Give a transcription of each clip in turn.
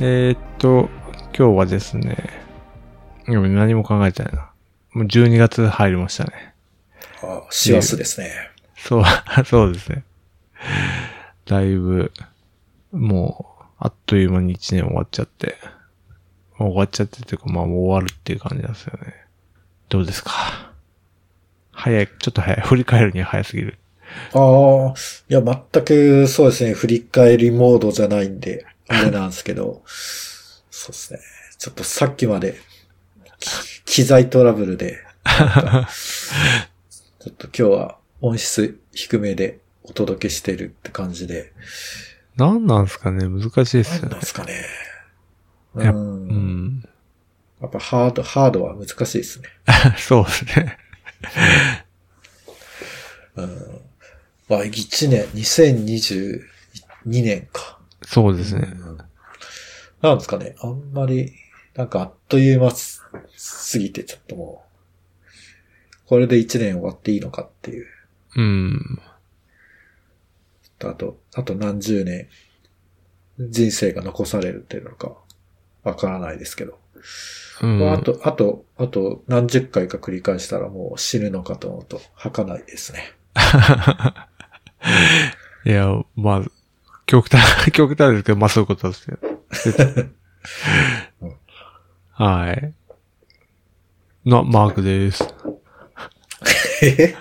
えーっと、今日はですね、でも何も考えてないな。もう12月入りましたね。ああ、師走ですね。そう、 そうですね。だいぶ、もう、あっという間に1年終わっちゃって、終わっちゃってっていうか、まあもう終わるっていう感じなんですよね。どうですか早い、ちょっと早い。振り返るには早すぎる。ああ、いや、全くそうですね、振り返りモードじゃないんで、あれなんですけ ど、そうですね。ちょっとさっきまで、き機材トラブルで、 ちょっと今日は音質低めでお届けしてるって感じで、何なんすかね難しいですよなんねで。すかね。う。やっうんん。 やっぱハード、ハードは難しいですね。そうですね。うん。まあ、1年、2022年か。そうですね。なんですかね、あんまり、なんかあっという間す過ぎて、ちょっともう、これで一年終わっていいのかっていう。うん。あと、あと何十年、人生が残されるっていうのか、わからないですけど。うん、まああと、あと、あと何十回か繰り返したらもう死ぬのかと思うと、儚いで すね。いや、まあ、極端、 極端ですけど、まあそういうことですよ。はい。な、マークです。 え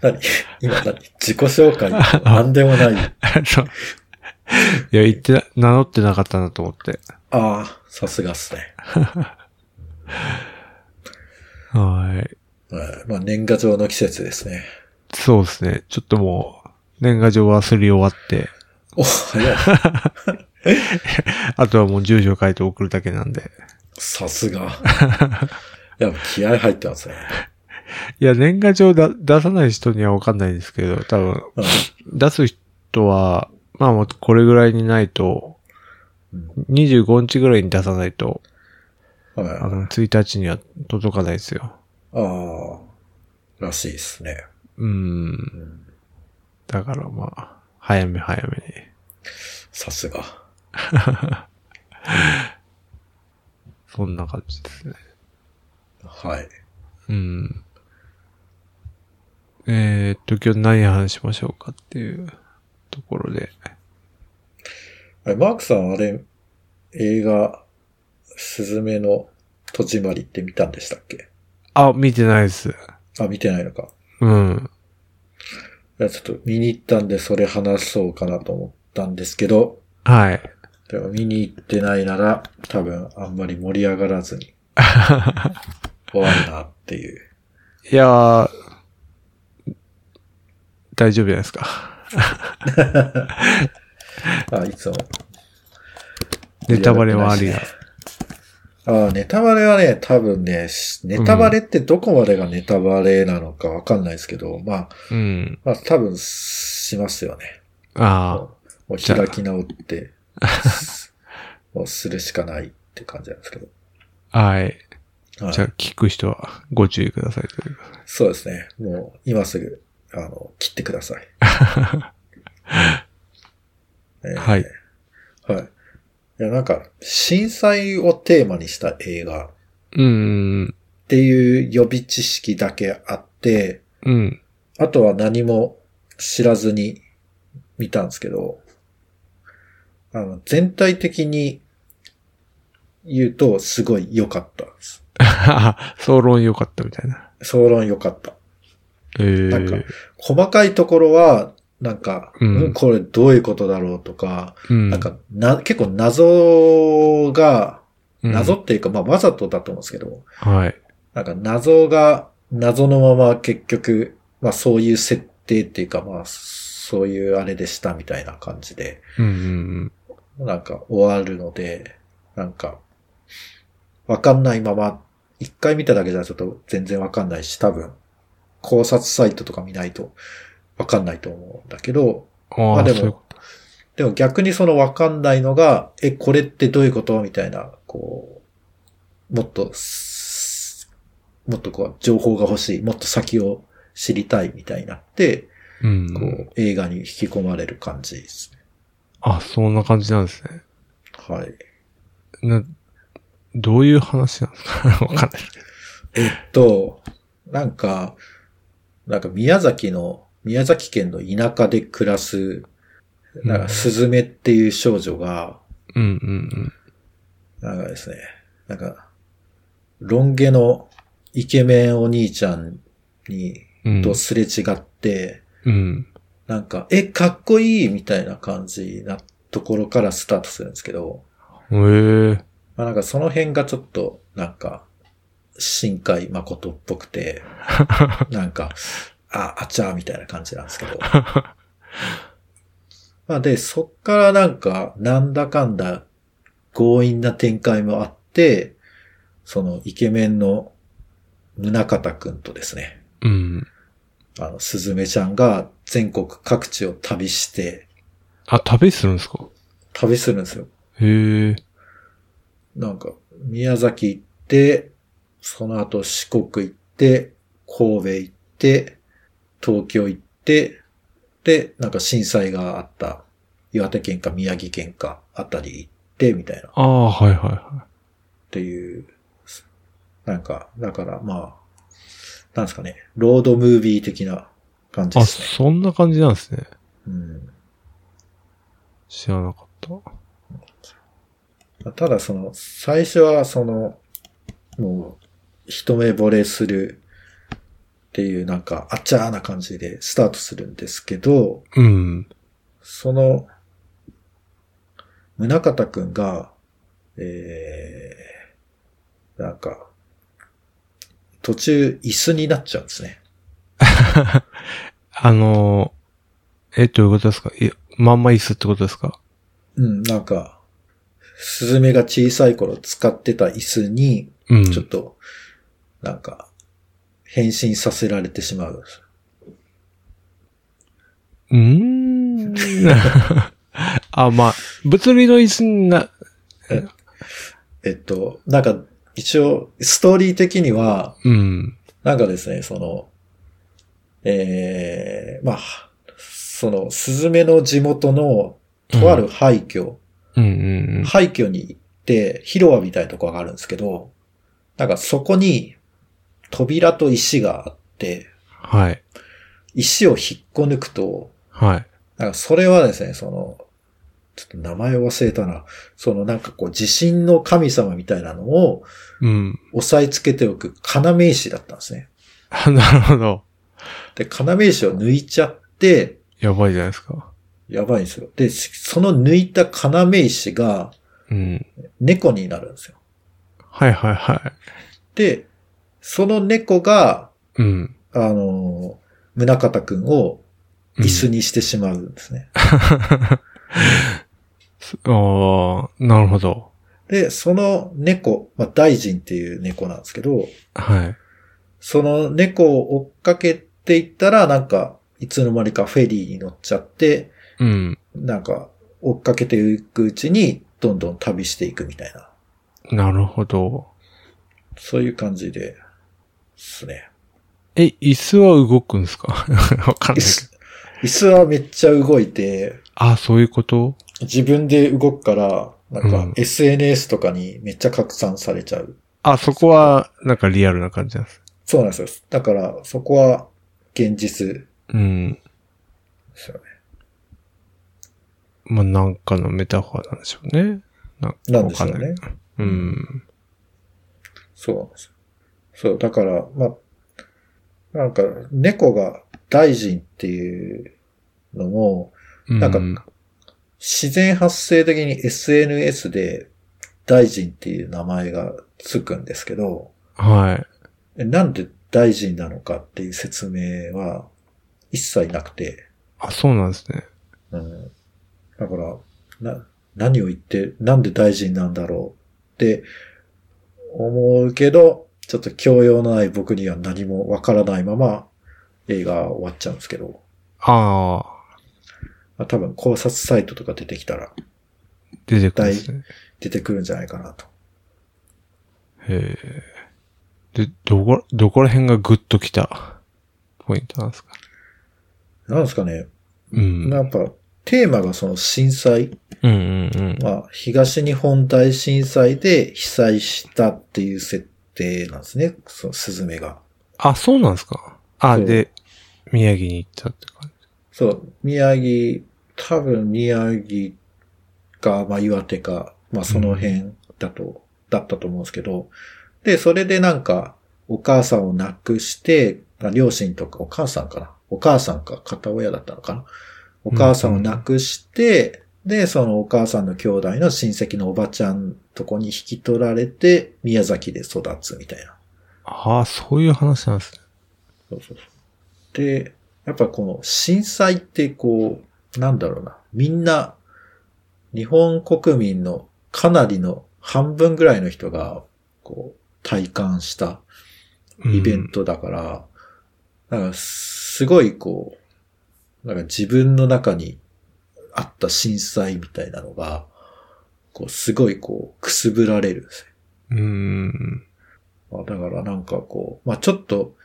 何今何自己紹介何でもない。そういや、言ってな、名乗ってなかったなと思って。ああ、さすがっすね。はい。うんまあ年賀状の季節ですね。 そうですね。ちょっともう、年賀状はすり終わって、お、早い。あとはもう住所を書いて送るだけなんで。さ すが。いや、気合入ってますね。いや、年賀状だ出さない人にはわかんないですけど、多分、うん出す人は、まあもうこれぐらいにないと、25日ぐらいに出さないと、あはいの、1日には届かないですよ。ああ、らしいですね。うん。だからまあ、早め早めに。さすが。そんな感じですね。はい。うん。えー、っと、今日何話しましょうかっていうところで。あれマークさん、あれ、映画、すずめの戸締まりって見たんでしたっけあ、見てないです。あ、見てないのか。うん。いや、ちょっと見に行ったんで、それ話そうかなと思ったんですけど、はい。でも見に行ってないなら、多分あんまり盛り上が らずに、終わるなっていう。いやー、大丈夫じゃないですか。あ、いつもネタバレはありだ。ああ、ネタバレはね、多分ね、しネタバレってどこまでがネタバレなのかわかんないですけど、まあ、うん。まあ多分しますよね。あもうじゃあ開き 直って、もうするしかないって感じなんですけど。あ。はい。はいじゃあ、聞く人はご注意くださいという。そうですね。もう今すぐ、あの、切ってください。えーはい。はい。いや、なんか、震災をテーマにした映画っ うん。ていう予備知識だけあって、うん。 あとは何も知らずに見たんですけど、あの、全体的に言うとすごい良かったです。総論良かったみたいな。総論良かった。えー、なんか細かいところは、なんか、うんうんこれどういうことだろうとか、うん、なんかな、結構謎が、うん、謎っていうか、まあわざとだと思うんですけど、はい。なんか謎が、謎のまま結局、まあそういう設定っていうか、まあそういうあれでしたみたいな感じで、うんうんなんか終わるので、なんか、わかんないまま、一回見ただけじゃちょっと全然わかんないし、多分、考察サイトとか見ないとわかんないと思うんだけど、うん。あまああ、でそういうもこ、でも逆にそのわかんないのが、え、これってどういうことみたいな、こう、もっとす、もっとこう、情報が欲しい、もっと先を知りたいみたいになって、と。うんこうん。う、映画に引き込まれる感じですね。あ、そんな感じなんですね。はい。な、どういう話なのか わかんない。えっと、なんか、なんか宮崎の、宮崎県の田舎で暮らす、なんかスズメっていう少女が、うんうんなんかですね、なんか、ロン毛のイケメンお兄ちゃんに、うん。とすれ違って、うん。なんか、え、かっこいいみたいな感じなところからスタートするんですけど、うん。へえ。まあなんかその辺がちょっと、なんか、深海誠っぽくて、なんか、あ、あちゃーみたいな感じなんですけど。まあで、そっからなんか、なんだかんだ強引な展開もあって、そのイケメンの宗方くんとですね、うん。あの、すずめちゃんが全国各地を旅して、あ、旅するんですか旅するんですよ。へえ。なんか、宮崎行って、その後四国行って、神戸行って、東京行って、で、なんか震災があった、岩手県か宮城県かあたり行って、みたいな、っああ、はいはいはていう、なんか、だからまあ、なんですかね、ロードムービー的な感じい。であ、すね。そんな感じなんですね。うん知らなかった。ただその、最初はその、もう、一目惚れするっていうなんか、あちゃーな感じでスタートするんですけど、うん。 その、宗方くんが、えー、なんか、途中椅子になっちゃうんですね。あのー、え、どういうことですかいまんま椅子ってことですかうん、なんか、スズメが小さい頃使ってた椅子に、うん。ちょっと、なんか、変身させられてしまうんです。うーん。 あ、まあ、物理の椅子にな、えっと、なんか、一応、ストーリー的には、うん。なんかですね、その、ええまあ、その、スズメの地元の、とある廃墟、うんうん廃墟に行って、広場みたいなところがあるんですけど、なんかそこに、扉と石があって、はい。石を引っこ抜くと、はい。なんかそれはですね、その、ちょっと名前忘れたな、そのなんかこう、地震の神様みたいなのを、うん。 押さえつけておく要石だったんですね。あなるほど。で、要石を抜いちゃって、やばいじゃないですか。やばいんですよ。で、しその抜いた要石がうん。猫になるんですよ。はいはいはい。で、その猫が、うん。あのー、宗方くんをうん椅子にしてしまうんですね。 ああ、なるほど。で、その猫、まあ、大臣っていう猫なんですけど、はい。その猫を追っかけていったら、なんか、いつの間にかフェリーに乗っちゃって、うん。なんか、追っかけていくうちに、どんどん旅していくみたいな、なるほど。そういう感じで、ですね。え、椅子は動くんですか わかん椅ないけど。子、椅子はめっちゃ動いて、あ、そういうこと自分で動くから、なんうんか SNS とかにめっちゃ拡散されちゃう。あ、そこは、なんかリアルな感じなんです。そうなんですよ。だから、そこは現実でうん。すよね。まあ、なんかのメタファーなんでしょうね。なんかなんでしょうねわかんないけど。うん。そうなんですよ。そう、だから、まあ、なんか、猫が大臣っていうのも、なんかうん、自然発生的に SNS で大臣っていう名前がつくんですけど、はい。えなんで大臣なのかっていう説明は一切なくて、あ、そうなんですね。うん、だから、な、何を言って、なんで大臣なんだろうって思うけど、ちょっと教養のない僕には何もわからないまま映画は終わっちゃうんですけど、ああ、まあ、多分考察サイトとか出てきたら出てくるんですね。出てくるんじゃないかなと。へえ。で、どこ、どこら辺がグッときたポイントなんですかなんですかね、うん。やっぱテーマがその震災、うんうんうん。まあ、東日本大震災で被災したっていう設定なんですね、そのスズメが。あ、そうなんですか。あ、そうで、宮城に行ったって感そう、宮城、多分宮城か、まあ岩手か、まあその辺だと、だったと思うんですけど、で、それでなんか、お母さんを亡くして、あ両親とか、お母さんかなお母さんか、片親だったのかなお母さんを亡くして、で、そのお母さんの兄弟の親戚のおばちゃんとこに引き取られて、宮崎で育つみたいな。じ。ああ、そういう話なんですね。そうそうそう。で、やっぱこの震災ってこう、なんだろうな。みんな、日本国民のかなりの半分ぐらいの人が、こう、体感したうんイベン。トだから、なんかすごいこう、なんか自分の中にあった震災みたいなのが、こう、すごいこう、くすぶられるんですようん。まあ、だからなんかこう、まあちょっと、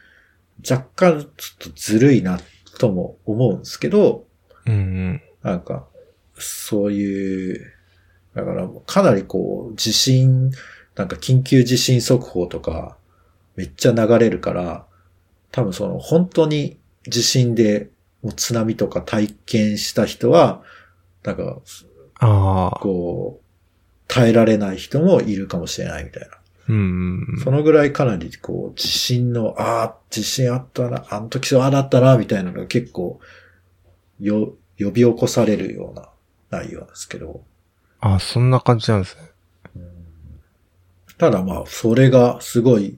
若干ちょっとずるいなとも思うんですけど、うんうん。なんか、そういう、だからかなりこう、地震、なんか緊急地震速報とか、めっちゃ流れるから、多分その本当に地震で、もう津波とか体験した人は、なんか、ああ。こう、耐えられない人もいるかもしれないみたいな。うんうんうん。そのぐらいかなりこう、地震の、ああ、地震あったな、あの時そうああだったな、みたいなのが結構、よ、呼び起こされるような内容なんですけど。あそんな感じなんですね。ただまあ、それがすごい、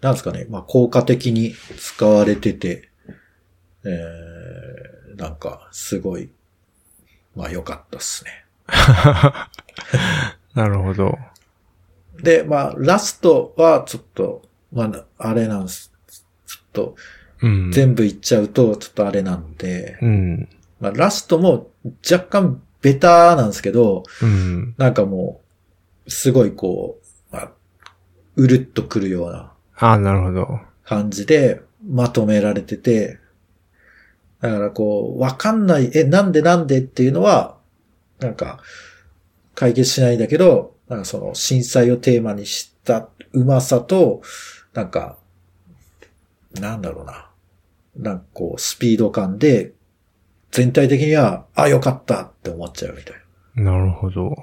なんですかね、まあ効果的に使われてて、えー、なんか、すごい、まあ良かったっすね。なるほど。で、まあ、ラストはちょっと、まあ、あれなんです。ちょっと、うん。全部言っちゃうと、ちょっとあれなんで、うん。まあ、ラストも若干ベターなんですけど、うん。なんかもう、すごいこう、まあ、うるっとくるようなああ、なるほど。感じでまとめられてて、だからこう、わかんない、え、なんでなんでっていうのは、なんか、解決しないんだけど、なんかその震災をテーマにしたうまさと、なんか、なんだろうな。なんかこう、スピード感で、全体的には、あ、よかったって思っちゃうみたいな。なるほど。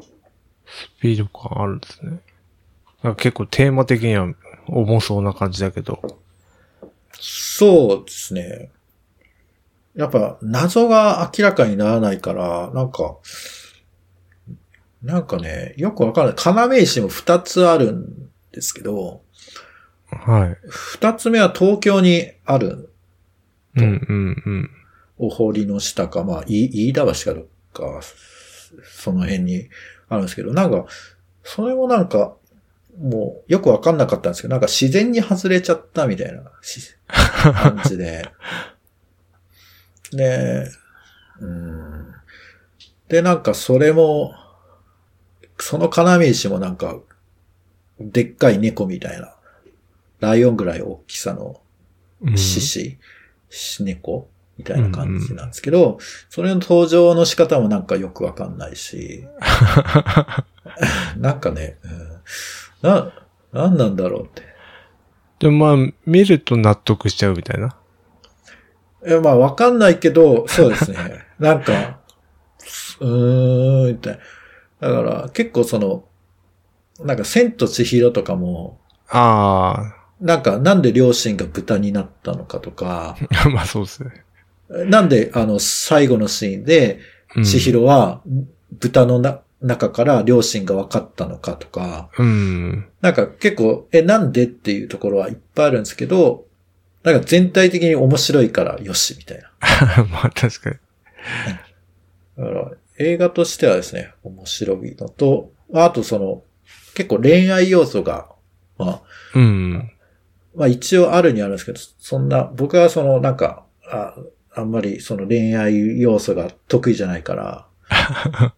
スピード感あるんですね。なんか結構テーマ的には重そうな感じだけど。そうですね。やっぱ謎が明らかにならないから、なんか、なんかね、よくわからない。要石も二つあるんですけど、はい。二つ目は東京にあるうんうんうん。お堀の下か、まあ、い飯田橋かどっか、その辺にあるんですけど、なんか、それもなんか、もうよくわかんなかったんですけど、なんか自然に外れちゃったみたいなし感じで。で、うん。で、なんかそれも、その金目石もなんか、でっかい猫みたいな、ライオンぐらい大きさのうん獅子、し猫みたいな感じなんですけど、それの登場の仕方もなんかよくわかんないし、 なんかね、うん、な、なんなんだろうって。でもまあ、見ると納得しちゃうみたいな。え、まあわかんないけど、そうです ね。なんか、うーん、みたいな。だから結構その、なんか千と千尋とかも、あなんかなんで両親が豚になったのかと か、あ、 まあそうですね。なんであの最後のシーンで、うん千。尋は豚のな中から両親が分かったのかとか、うん。 なんか結構、え、なんでっていうところはいっぱいあるんですけど、なんか全体的に面白いからよし、みたいな。まあ確かに。だから映画としてはですね、面白いのと、あとその、結構恋愛要素が、まあ、うん。まあ一応あるにあるんですけど、そんな、僕はそのなんか、ああんまりその恋愛要素が得意じゃな いから、あ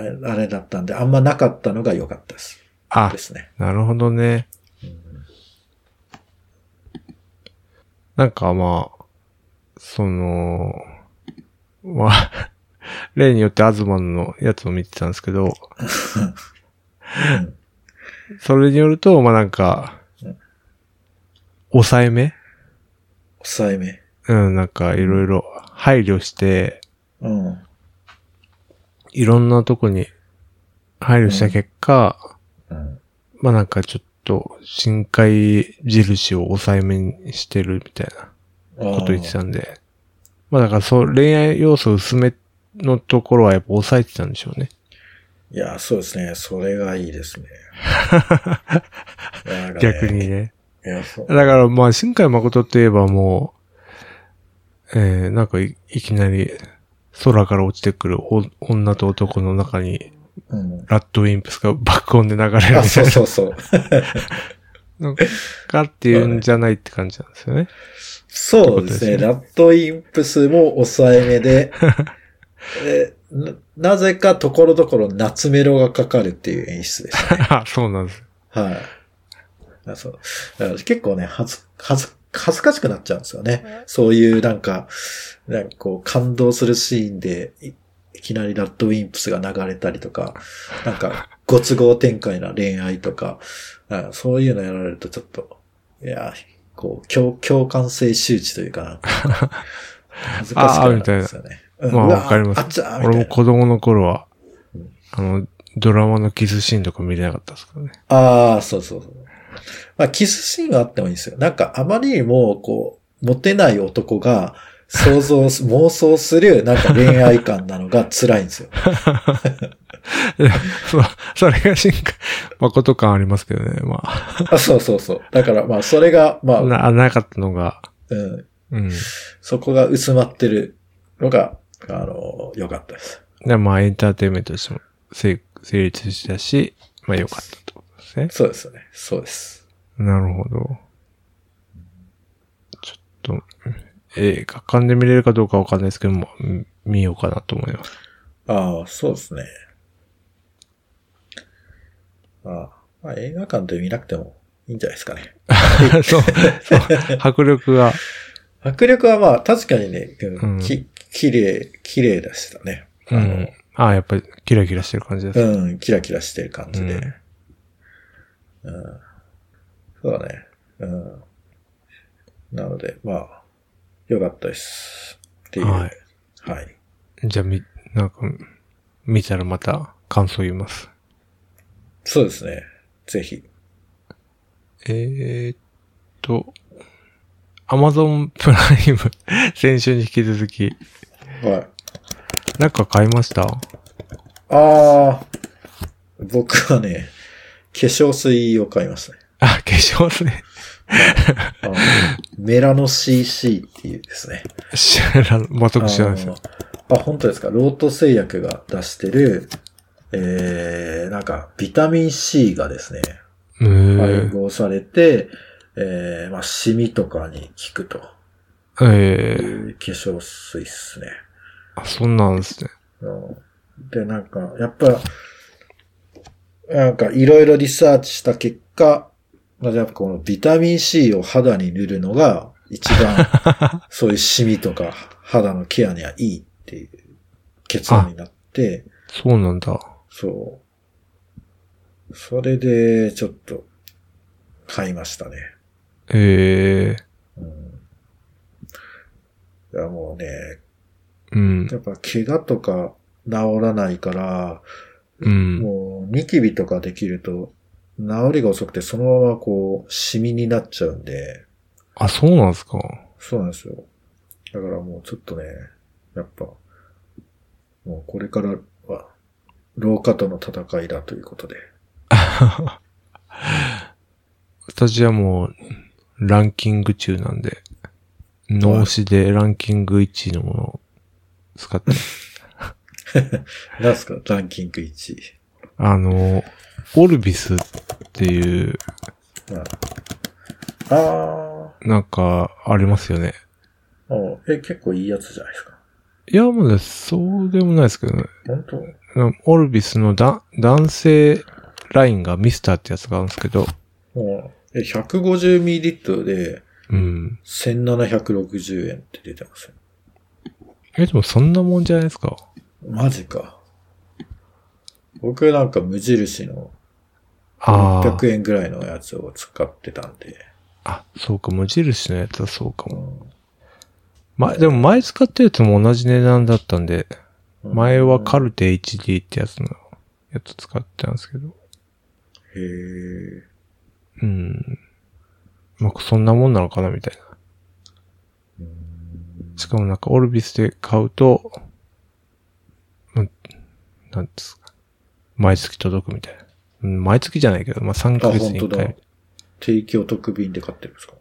れあれだったんで、あんまなかったのが良かったです。あで、すね。なるほどね。なんかまあ、その、まあ、 例によってアズマンのやつを見てたんですけど、それによると、まあなんかうん、抑えめ抑えめ。うん、なんかいろいろ配慮して、うん。いろんなとこに配慮した結果、うん。まあなんかちょっと深海印を抑えめにしてるみたいなここと言ってたんで、まあだからそう、恋愛要素薄めのところはやっぱ抑えてたんでしょうね。いや、そうですね。それがいいですね。いやなんかね 逆に。ね。い や、そう。だからまあ新海誠って言えばもう、えー、なんかいいきなり空から落ちてくるお女と男の中にうん。ラッドウィンプスが爆音で流れるみたいなあ、そうそうそう。のかっていうんじゃないって感じなんですよね。そうですね。ってことですねラットインプスも抑えめで、 でななぜかところどころ夏メロがかかるっていう演出です。あ、 そうなんです。はい。あそうだから結構ね、恥ず、恥ず、恥ずかしくなっちゃうんですよね。そういうなんか、なんかこう感動するシーンで、いいきなりラッドウィンプスが流れたりとか、なん かご都合展開な恋愛とか、あそういうのやられるとちょっと、いや、こう、共共感性周知というかな、恥ずかしくなるんですよね。うん まあうわかりますあっちゃー俺みたもいな。子供の頃はうん、あの、ドラマのキスシーンとか見れなかったですからね。 ああ、そうそうそう。まあ、キスシーンがあってもいいんですよ。なんか、あまりにも、こう、モテない男が、想像す、妄想する、なんか恋愛感なのが辛いんですよ。そうそれが進化、誠感ありますけどね。まあ、あそうそうそう。だから、まあ、それが、まあ、ななかったのが、うん、うん。そこが薄まってるのが、あの、良かったです。で、まあ、エンターテインメントとしても成成立したし、まあ、良かったってことですね。そうですよね。そうです。なるほど。ちょっと、映画館で見れるかどうかわかんないですけども、み見ようかなと思います。ああ、そうですね。ああ、まあ、映画館で見なくてもいいんじゃないですかね。そう、 そう、迫力が。迫力はまあ、確かにね、んき、綺麗、綺麗でしたね。あうのん。ああ、やっぱりキラキラしてる感じです。うん、キラキラしてる感じで。うん。そうだね。うん。なので、まあ、良かったです。っていう。ははいい。じゃあ、み、なんか、見たらまた感想言います。そうですね。ぜひ。えー、っと、アマゾンプライム、 先週に引き続き、はい。なんか買いました あー、僕はね、化粧水を買いましたね。あ、化粧水。 あのメラノ CC っていうですね。知らん、まあ、特に知らないですよ。あのあ、本当ですか。ロート製薬が出してる、えー、なんか、ビタミン C がですね、う配ーん。合されて、えー、まあ、シミとかに効くとええいう化粧水っすね。あ、そんなんですね。うんで、なんか、やっぱ、なんか、いろいろリサーチした結果、まあ、やっぱこのビタミン C を肌に塗るのが、一番、そういうシミとか、肌のケアにはいいっていう結論になって、そうなんだ。そう。それで、ちょっと、買いましたね。ええうん。いや、もうね、うん。やっぱ怪我とか治らないから、うん。もうニキビとかできると、治りが遅くてそのままこう、シミになっちゃうんで、あ、そうなんですか。そうなんですよ。だからもうちょっとね、やっぱ、もうこれからは、老化との戦いだということで。 私はもう、ランキング中なんで、脳死でランキング1位のものを使って、なんすかランキング1位。あの、オルビスっていう、ああなんか、ありますよね。ああ、え、結構いいやつじゃないですか。いや、まだそうでもないですけどね。本当オルビスのだ男性ラインがミスターってやつがあるんですけど、もう、え、150ml でうん。 1760円って出てますよ。え、でもそんなもんじゃないですか。マジか。僕なんか無印のああ。 600円ぐらいのやつを使ってたんで。あ、そうか、無印のやつはそうかうも。んま、でも前使ってるやつも同じ値段だったんで、前はカル。ルテ HD ってやつのやつ使ってたんですけど。へえ。うん。まあ、そんなもんなのかなみたいな。うんしかもなんかオルビスで買うと、ま、なんですか。毎月届くみたいな。うん毎月じゃないけど、まあ、3ヶ月に1あ本回当。提供特便で買ってるんですか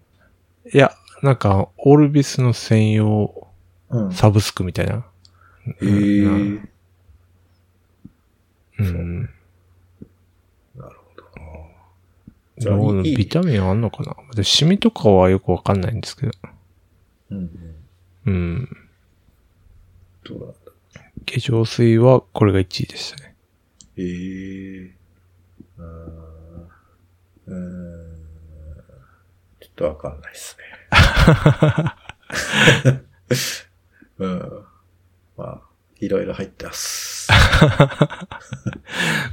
いや、なんか、オルビスの専用うん。サブスクみたいな。へえ。うん。なるほど。じゃあどういいビタミンあんのかなでシミとかはよくわかんないんですけど。うんうん。うん。どうなんだ化粧水はこれが1位でしたね。ええうーん。うーん。ちょっとわかんないですね。 うん。まあ、いろいろ入ってます。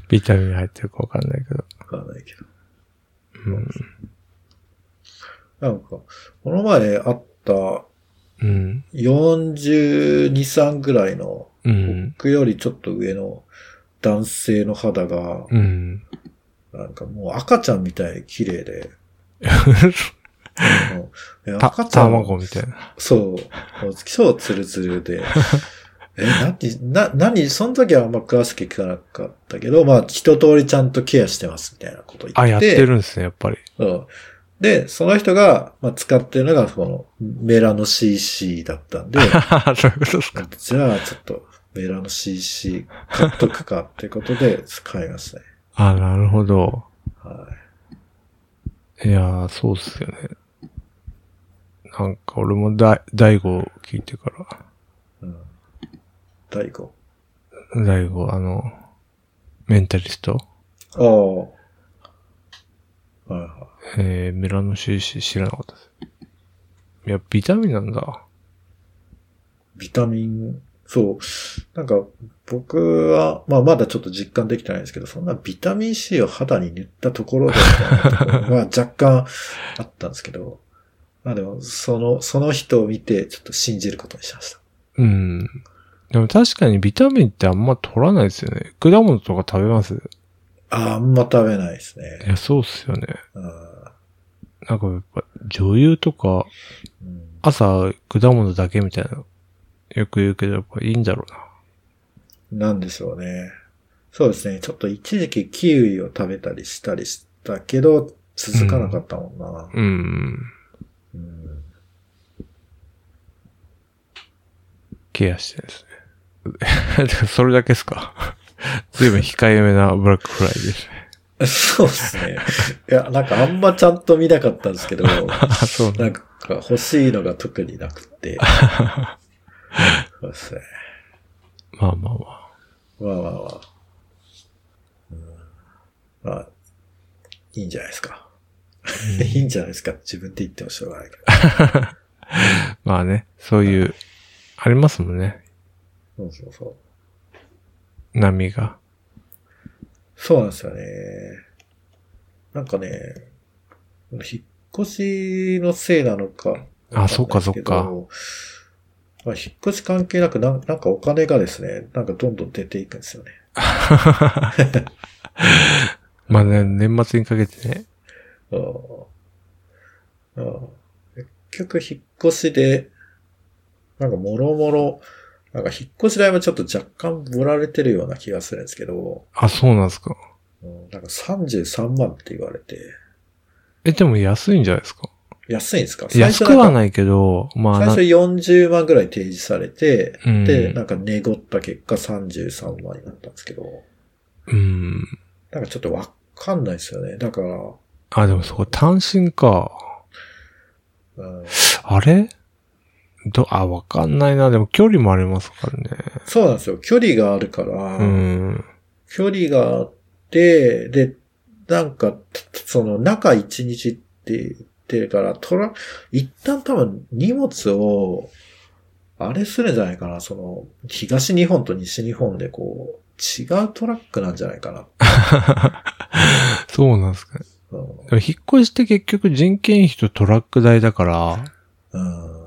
ビタミン入ってるかわかんないけど。わかんないけど。うん。なんか、この前あったうん。 42、3ぐらいの、うん。僕よりちょっと上の男性の肌が、うん。なんかもう赤ちゃんみたいに綺 麗で、もうえた、赤ちゃん卵みたいな。そう。もう超ツルツルで。 え、何、な、何、その時はあんま詳しく聞かなかったけど、まあ、一通りちゃんとケアしてますみたいなこと言って。あ、やってるんですね、やっ ぱり。うん。で、その人が、まあ、使ってるのが、この、メラノ CC だったんで、そういうことですか。じゃあ、ちょっと、メラノ CC 買っとくかってことで、使いましたね。あ、なるほど。はいやー、そうっすよね。なんか俺もだ、大悟聞いてから。い。うん。第5。大悟、あの、メンタリストああ。はいはえー、メラノ CC 知らなかったです。いや、ビタミンなんだ。い。ビタミン、そう。なんか、僕は、まあまだちょっと実感できてないんですけど、そんなビタミン C を肌に塗ったとこ ろで、まあ若干あったんですけど、まあでも、その、その人を見て、ちょっと信じることにしました。うん。でも確かにビタミンってあんま取らないですよね。果物とか食べますああんま食べないですいね。や、そうっすよね。あなんかやっぱ女優とかーうん、朝果物だけみたいな。よく言うけどやっぱいいんだろうな。なんでしょうね。そうですね。ちょっと一時期キウイを食べたりしたりしたけど、続かなかったもんな。うん。うんケアしてですね。 それだけっすか。 随分控えめなブラックフライです ね。そうですね。いや、なんかあんまちゃんと見なかったんですけど、あ、そうなね。んか欲しいのが特になくて。そうですね。まあまあまあ。まあまあまあ。うん、まあ、いいんじゃないですか。いいんじゃないですか。自分で言ってもしょうがないから。まあね、そういう、ありますもんね。そうそうそう。波が。そうなんですよね。なんかね、引っ越しのせいなのか。あそっかそっかわんないですけど。まあ、引っ越し関係なくなん、なんかお金がですね、なんかどんどん出ていくんですよね。まあね、年末にかけてね。うんうん結局引っ越しで、なんかもろもろ、なんか引っ越し代もちょっと若干盛られてるような気がするんですけど、あ、そうなんですか。うんなんか33万って言われて、え、でも安いんじゃないですか。安いんですか安なくんかはないけど、まあ最な初、40万ぐらい提示されて、うんで、なんか寝ごった結果33万になったんですけど、うん。なんかちょっとわかんないですよね。だから、うあ、でもそこ単身か。ん、あれど、あ、わかんないな。でも距離もありますからね。そうなんですよ。距離があるから、うん。距離があって、で、なんか、その中1日って言ってるから、トラ、一旦多分荷物を、あれするんじゃないかな、その、東日本と西日本でこう、違うトラックなんじゃないかな。そうなんですかね。うんでも引っ越しって結局人件費とトラック代だから、うん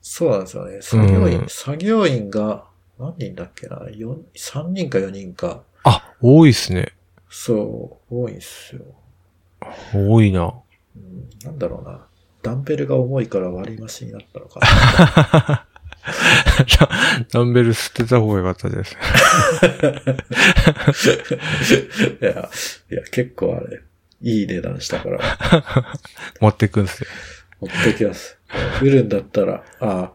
そうなんですよね。作業員、うん作業員が、何人だっけな四三人か4人か。あ、多いっすね。そう、多いんすよ、多いな。 うん。なんだろうな。ダンベルが重いから割り増しになったの かダンベル捨てた方が良かったです。な。いや、いや、結構あれ、いい値段したから、持ってくんすよ。持ってきます。売るんだったら、あ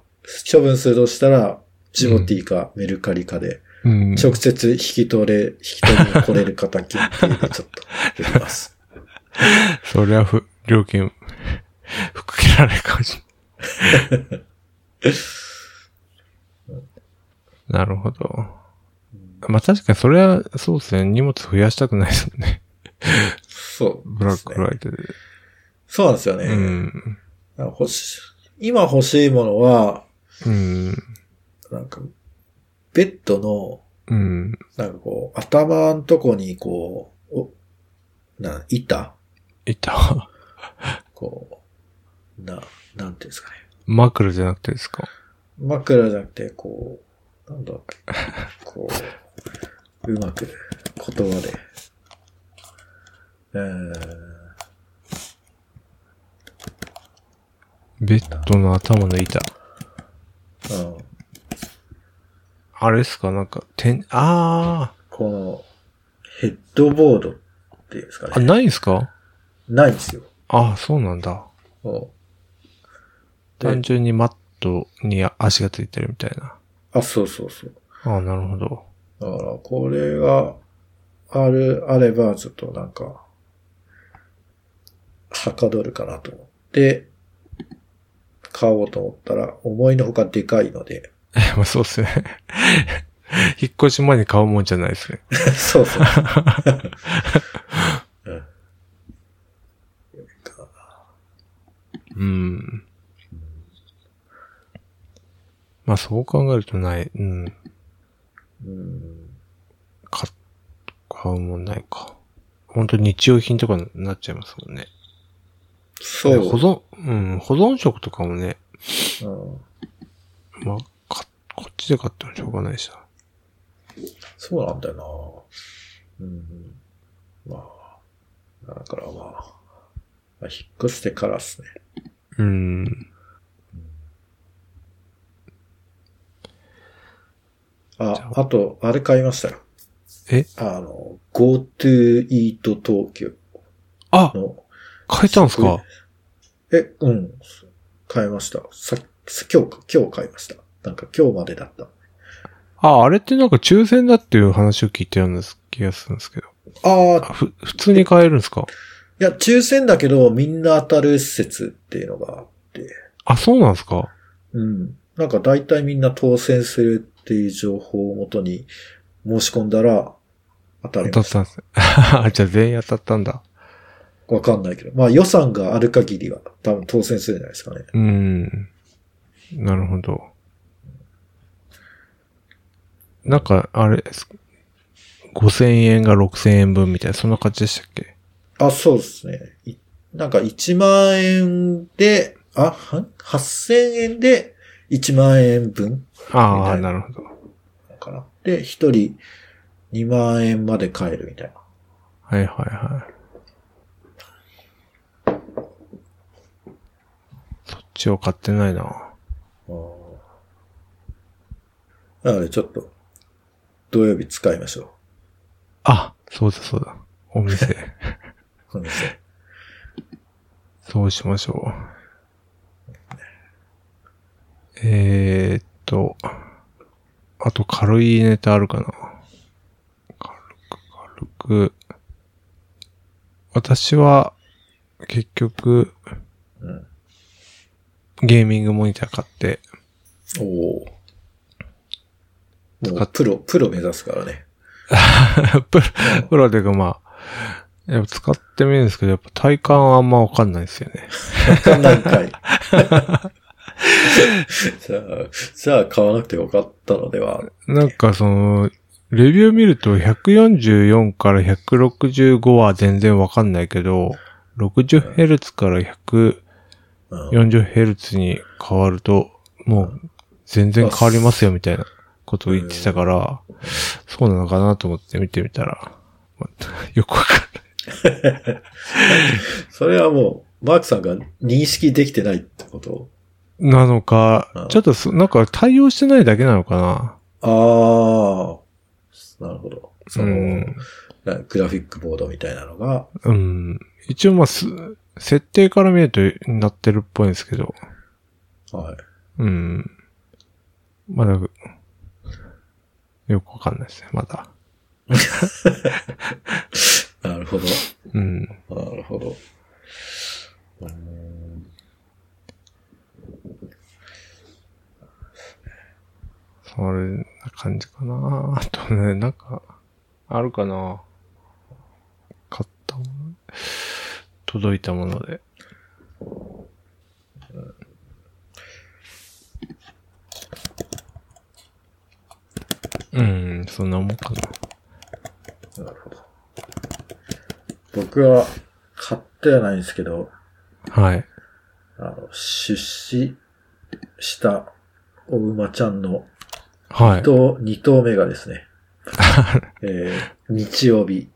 処分するとしたら、ジモティーかメルカリかで、うん。直接引き取れ、引き取りに来れる方限定でちょっ と売ります。そりゃふ、料金、 ふけられるかもし れない。なるほど。まあ確かにそれは、そうですね。荷物増やしたくないですもんね。そうブでラすックフね。ライデーで。そうなんですよね。うん。なんか欲し今欲しいものは、うん。なんか、ベッドの、うん。なんかこう、頭のとこにこう、おな、板いた。こう、な、なんていうんですかね。枕じゃなくてですか枕じゃなくて、こう、なんだっけ。こう、うまく、言葉で。えーベッドの頭の板。うん、あれですかなんか、てん、あこの、ヘッドボードっていうんですかー。あ、ね。ないんすかないんですよ。あーそうなんだ。うんで単純にマットに足がついてるみたいな。あ、そうそうそう。ああ、なるほど。だから、これが、ある、あれば、ちょっとなんか、はかどるかなと思って、買おうと思ったら、思いのほかでかいので、 まあそうっすね。 引っ越し前に買うもんじゃないですね。そうそう。ううんん。まあそう考えるとない、うん。うん買、買うもんないか。本当日用品とかになっちゃいますもんね。そう。保存、うん、保存食とかもね、うんまあ、か、こっちで買ってもしょうがないしな。そうなんだよな。うん。まあ、だからまあ、まあ、引っ越してからっすね。うん。あ、あと、あれ買いましたよ。えあの、GoTo Eat Tokyo あの、買えたんすかえ、うん、買いました。さ、今日か、今日買いました。なんか今日までだった。あ、あれってなんか抽選だっていう話を聞いたような気がするんですけど。ああ、あふ、普通に買えるんですかいや、抽選だけど、みんな当たる施設っていうのがあって、あ、そうなんですかうん。なんか大体みんな当選するっていう情報をもとに申し込んだら、当た当りたまっしたんですね。 じゃあ全員当たったんだ。た。わかんないけど。まあ予算がある限りは多分当選するんじゃないですかね。うん。なるほど。なんか、あれです、5000円が6000円分みたいな、そんな感じでしたっけあ、そうですね。いなんか1万円で、あ、は ?8000 円で1万円分ああ、みなたるほど。かな。で、1人2万円まで買えるみたいな。はいはいはい。そっちを買ってないな。なのでちょっと、土曜日使いましょあ、そうだそうだ。お店。う。この店そうしましょう。えー、っと、あと軽いネタあるかな。軽く軽く。私は、結局、うんゲーミングモニター買って、 おおー。も使うっプロ、プロ目指すからね。プロ、プロでかまあ、やっぱ使ってみ るんですけど、やっぱ体感はあんまわかんないですよね。わかんないんかい。じゃあ、じゃあ買わなくてよかったのでは。なんかその、レビュー見ると144から165は全然わかんないけど、60Hz からうん。 140Hz に変わると、もう全然変わりますよみたいなことを言ってたから、そうなのかなと思って見てみたら、 まあよくわかんない。それはもう、マークさんが認識できてないってことなのうんか、ちょっとそ、なんか対応してないだけなのかな。ああ、なるほど。そうの、んなグラフィックボードみたいなのが、うん。一応まあ、す設定から見るとなってるっぽいんですけど。はい。うん。まだ、よくわかんないですね、まだ。なるほど。うん。なるほど。うーんそんな感じかな。あとね、なんか、あるかな。買ったもの届いたもので。うん、そんなもんかな。なるほど。僕は買ってはないんですけど、はい。あの、出資したお馬ちゃんのはい。と二頭目が ですね、えー日曜日、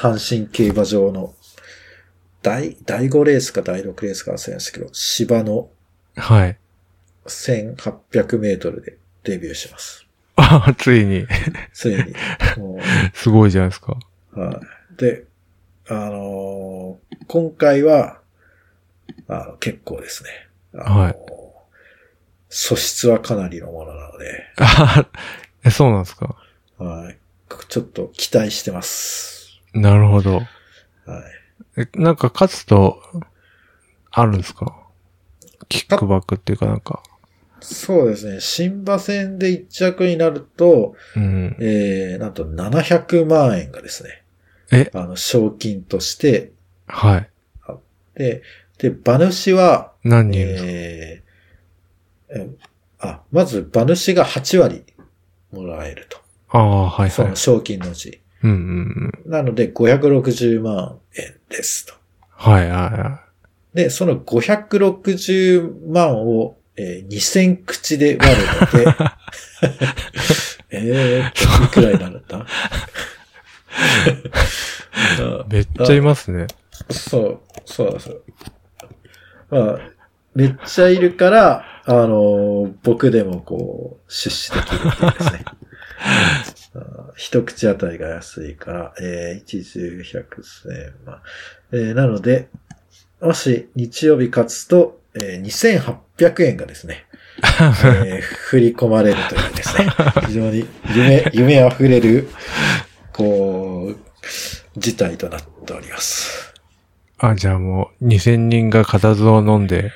阪神競馬場の第、第5レースか第6レースか忘れましたけど、芝のはい。 1800メートルでデビューします。あ、ついに。つ いに。もすごいじゃないですか。うはい。で、あのー今回は、あの結構ですね。あのーはい素質はかなりのものなので、あ え、そうなんですか。はい。ちょっと期待してます。なるほど。はい。え、なんか勝つと、あるんですかキックバックっていうかなんか。そうですね。新馬戦で一着になると、うん。えー、なんと700万円がですね。えあの、賞金として、はい。で、で、馬主は、何人いるんですか、えー、えあ、まず馬主が8割もらえると。ああ、はいそはいの。賞金のうち。うんうんうん。なので、560万円ですと。はいはいはで、その560万を、えー2000口で割るので、 えーっと、いくらになるんだ い。めっちゃいますね。そう、そうなんですよ。まあ、めっちゃいるから、あのー僕でもこう、出資できるっていうですね。あー一口当たりが安いから、えー、1、10、100、1000万。えーなので、もし日曜日勝つと、えー、2800円がですね、えー振り込まれるというですね、非常に夢、夢あふれる、こう、事態となっております。あ、じゃあもう、2000人が固唾を飲んで、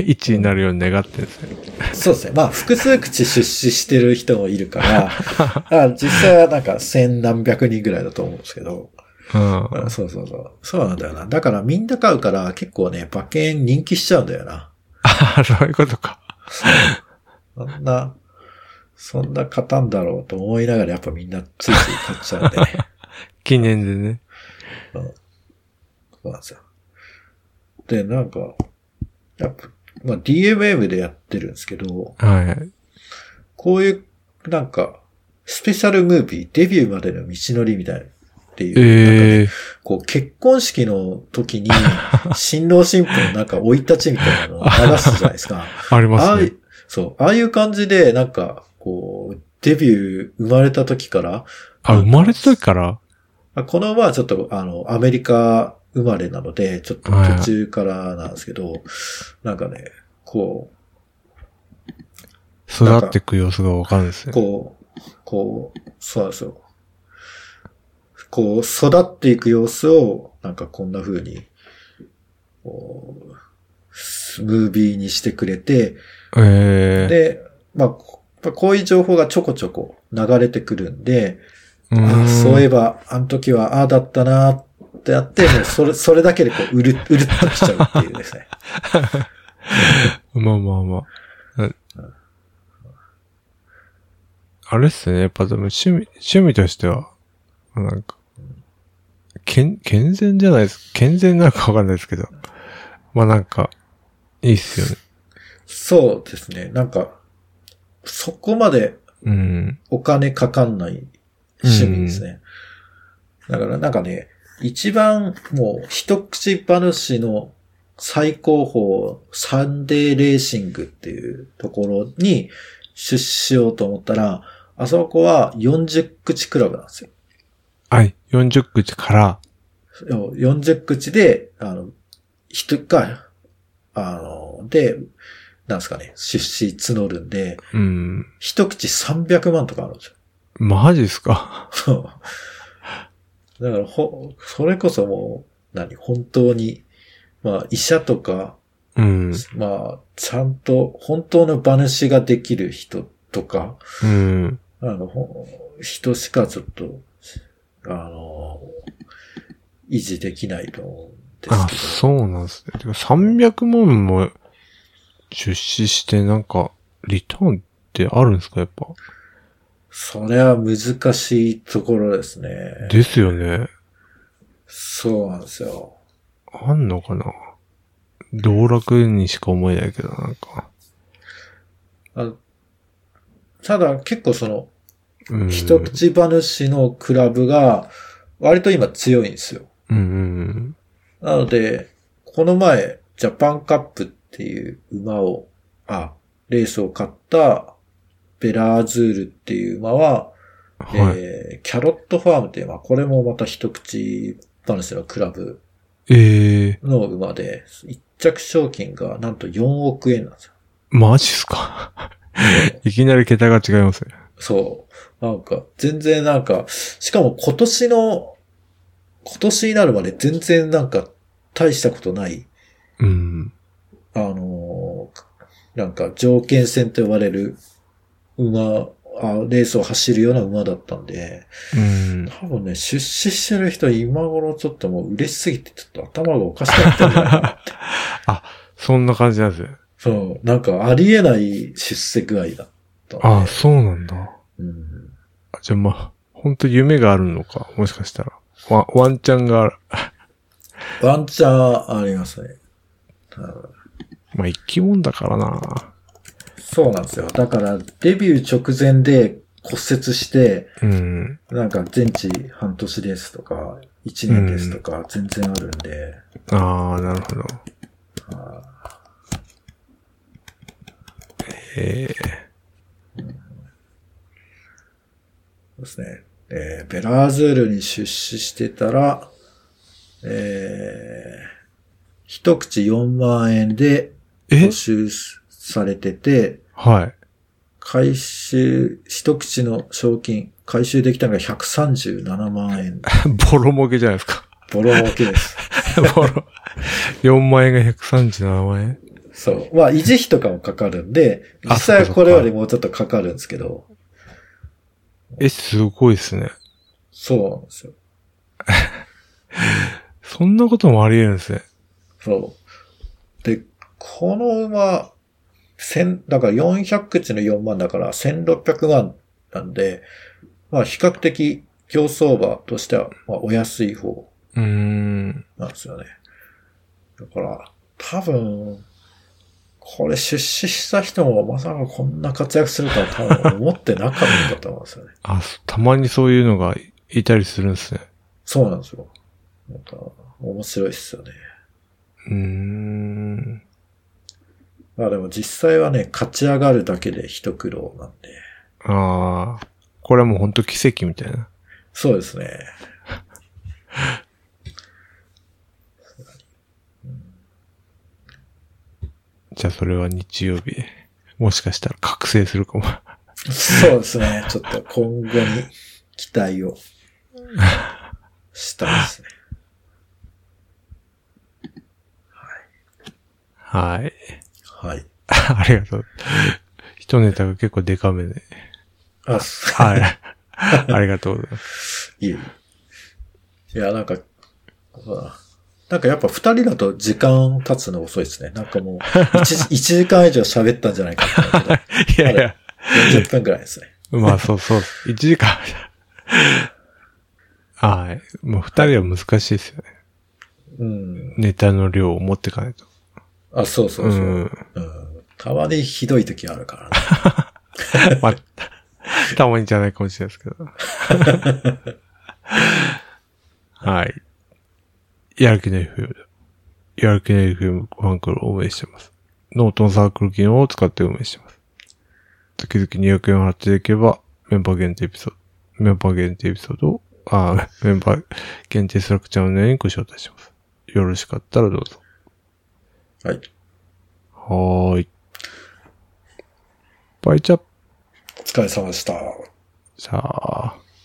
1になるように願ってるんですね。そうですね。まあ、複数口出資してる人もい るから、あ実際はなんか千何百人ぐらいだと思うんですけど、うん。あそうそうそう。そうなんだよな。だからみんな買うから結構ね、馬券人気しちゃうんだ よな。あ そういうことか。そんな、そんな勝たんだろうと思いながらやっぱみんなついつい買っちゃう んでね。記念でね。そうなんですよ。で、なんか、やっぱ、まあ DMM でやってるんですけど、はい。こういう、なんか、スペシャルムービー、デビューまでの道のりみたいな、っていう、なんかええねこう、結婚式の 時に、新郎新婦のなんか、生い立ちみたいなのを流すじゃないですか。ありあまあすいね。う、そう、ああいう感じで、なんか、こう、デビュー生まれた時から、あ、生まれた時からあこの馬はちょっと、あの、アメリカ生まれなので、ちょっと途中からなんですけど、なんかね、こう、育っていく様子がわかるんですね。こう、こう、そうなんですよ。こう、育っていく様子を、なんかこんな風に、こうムービーにしてくれて、ええで、まあ、こまあこういう情報がちょこちょこ流れてくるんで、うあんそういえば、あの時はああだったなってやって、もうそれ、 それだけでこう、うる、うるっときちゃうっていうですね。まあまあまあ。あれっすね。やっぱでも趣味、趣味としては、なんか、健、健全じゃないです。健全なのかわかんないですけど。まあなんか、いいっすよね。そうですね。なんか、そこまでうん。お金かかんない趣味ですね。だからなんかね、一番もう一口話の最高峰サンデーレーシングっていうところに出資しようと思ったら、あそこは40口クラブなんですよ。はい。40口から、要は40口で、あの、人が、あの、で、なんですかね、出資募るんで、うん。一口300万とかあるんですよ。マジっすか。そう。だから、ほ、それこそもう、何、本当に、まあ、医者とか、うん。まあ、ちゃんと、本当の馬主ができる人とか、うん。あの、ほ人しかちょっと、あの、維持できないと思うんであ、すそうなんですね。てか300万も出資して、なんか、リターンってあるんですかやっぱ。けど、それは難しいところですね。ですよね。そうなんですよ。あんのかな道楽にしか思えないけど、なんか。あただ、結構その、うん。一口話のクラブが、割と今強いんですよ。うんうんなので、この前、ジャパンカップっていう馬を、あ、レースを買った、ベラーズールっていう馬は、うん。はい。えーキャロットファームっていう馬、これもまた一口話のクラブええの馬で、一着賞金がなんと4億円なんですよ。マジっす かいきなり桁が違いますね。そう。なんか、全然なんか、しかも今年の、今年になるまで全然なんか、大したことないうん。あのーなんか条件戦と呼ばれる馬、あレースを走るような馬だったんで、うん。多分ね、出資してる人は今頃ちょっともう嬉しすぎてちょっと頭がおかしくなってるんじゃ ないそんな感じなんですね。そう、なんかありえない出世具合だったんで。ああ、そうなんだ。うん、あじゃあまあ、ほんと夢があるのか。もしかしたら。ワワンチャンがある。ワンチャンありますね。うんまあ、生き物だからな。そうなんですよ。だから、デビュー直前で骨折して、うん。なんか全治半年ですとか、1年ですとか、全然あるんで、ああ、なるほど。はいええそうですね。えーベラーズールに出資してたら、えー一口4万円でえ募集されてて、はい。回収、一口の賞金、回収できたのが137万円。 ボロ儲けじゃないですか。ボロ儲けです。 ボロ。4万円が137万円そう。まあ、維持費とかもかかるんで、あ実際はそっかそっかこれよりもうちょっとかかるんですけど、え、すごいですね。そうなんですよ。そんなこともあり得るんですね。そう。で、この馬、千、だから400口の4万だから1600万なんで、まあ比較的競走馬としては、まあお安い方うーん。なんですよね。だから、多分、これ出資した人もまさかこんな活躍するとは多分思ってなかったと思うんですよね。 あ、そたまにそういうのがいいたりするんですね。そうなんですよ。なんか、面白いっすよね。うーん。まあでも実際はね、勝ち上がるだけで一苦労なんで。ああ。これはもうほんと奇跡みたいな。そうですね。じゃあそれは日曜日。もしかしたら覚醒するかも。そうですね。ちょっと今後に期待をしたいですね。はい。 はい。ありがとう。一ネタが結構デカめで。あ、す はい。ありがとうございます。 いえ。いや、なんか、そうだななんかやっぱ二人だと時間経つの遅いですね。なんかもう1、1時間以上喋ったんじゃないかって思うけど、いやいや、 40分くらいですね。まあ、そうそう。1時間。はい。もう2人は難しいですよね。うん。ネタの量を持ってかないと。あ、そうそううそう。ん。うん。たまにひどい時あるからね。まあ、たまにじゃないかもしれないですけど。はい。やる気ない FM だ。やる気ない FM ファンクルを運営してます。ノートのサークル機能を使って運営してます。月々200円を払っていけば、メンバー限定エピソード、メンバー限定エピソードを、あ、メンバー限定スラックチャンネルにご招待します。よろしかったらどうぞ。はい。はーい。バイチャップお疲れ様でした。さあ。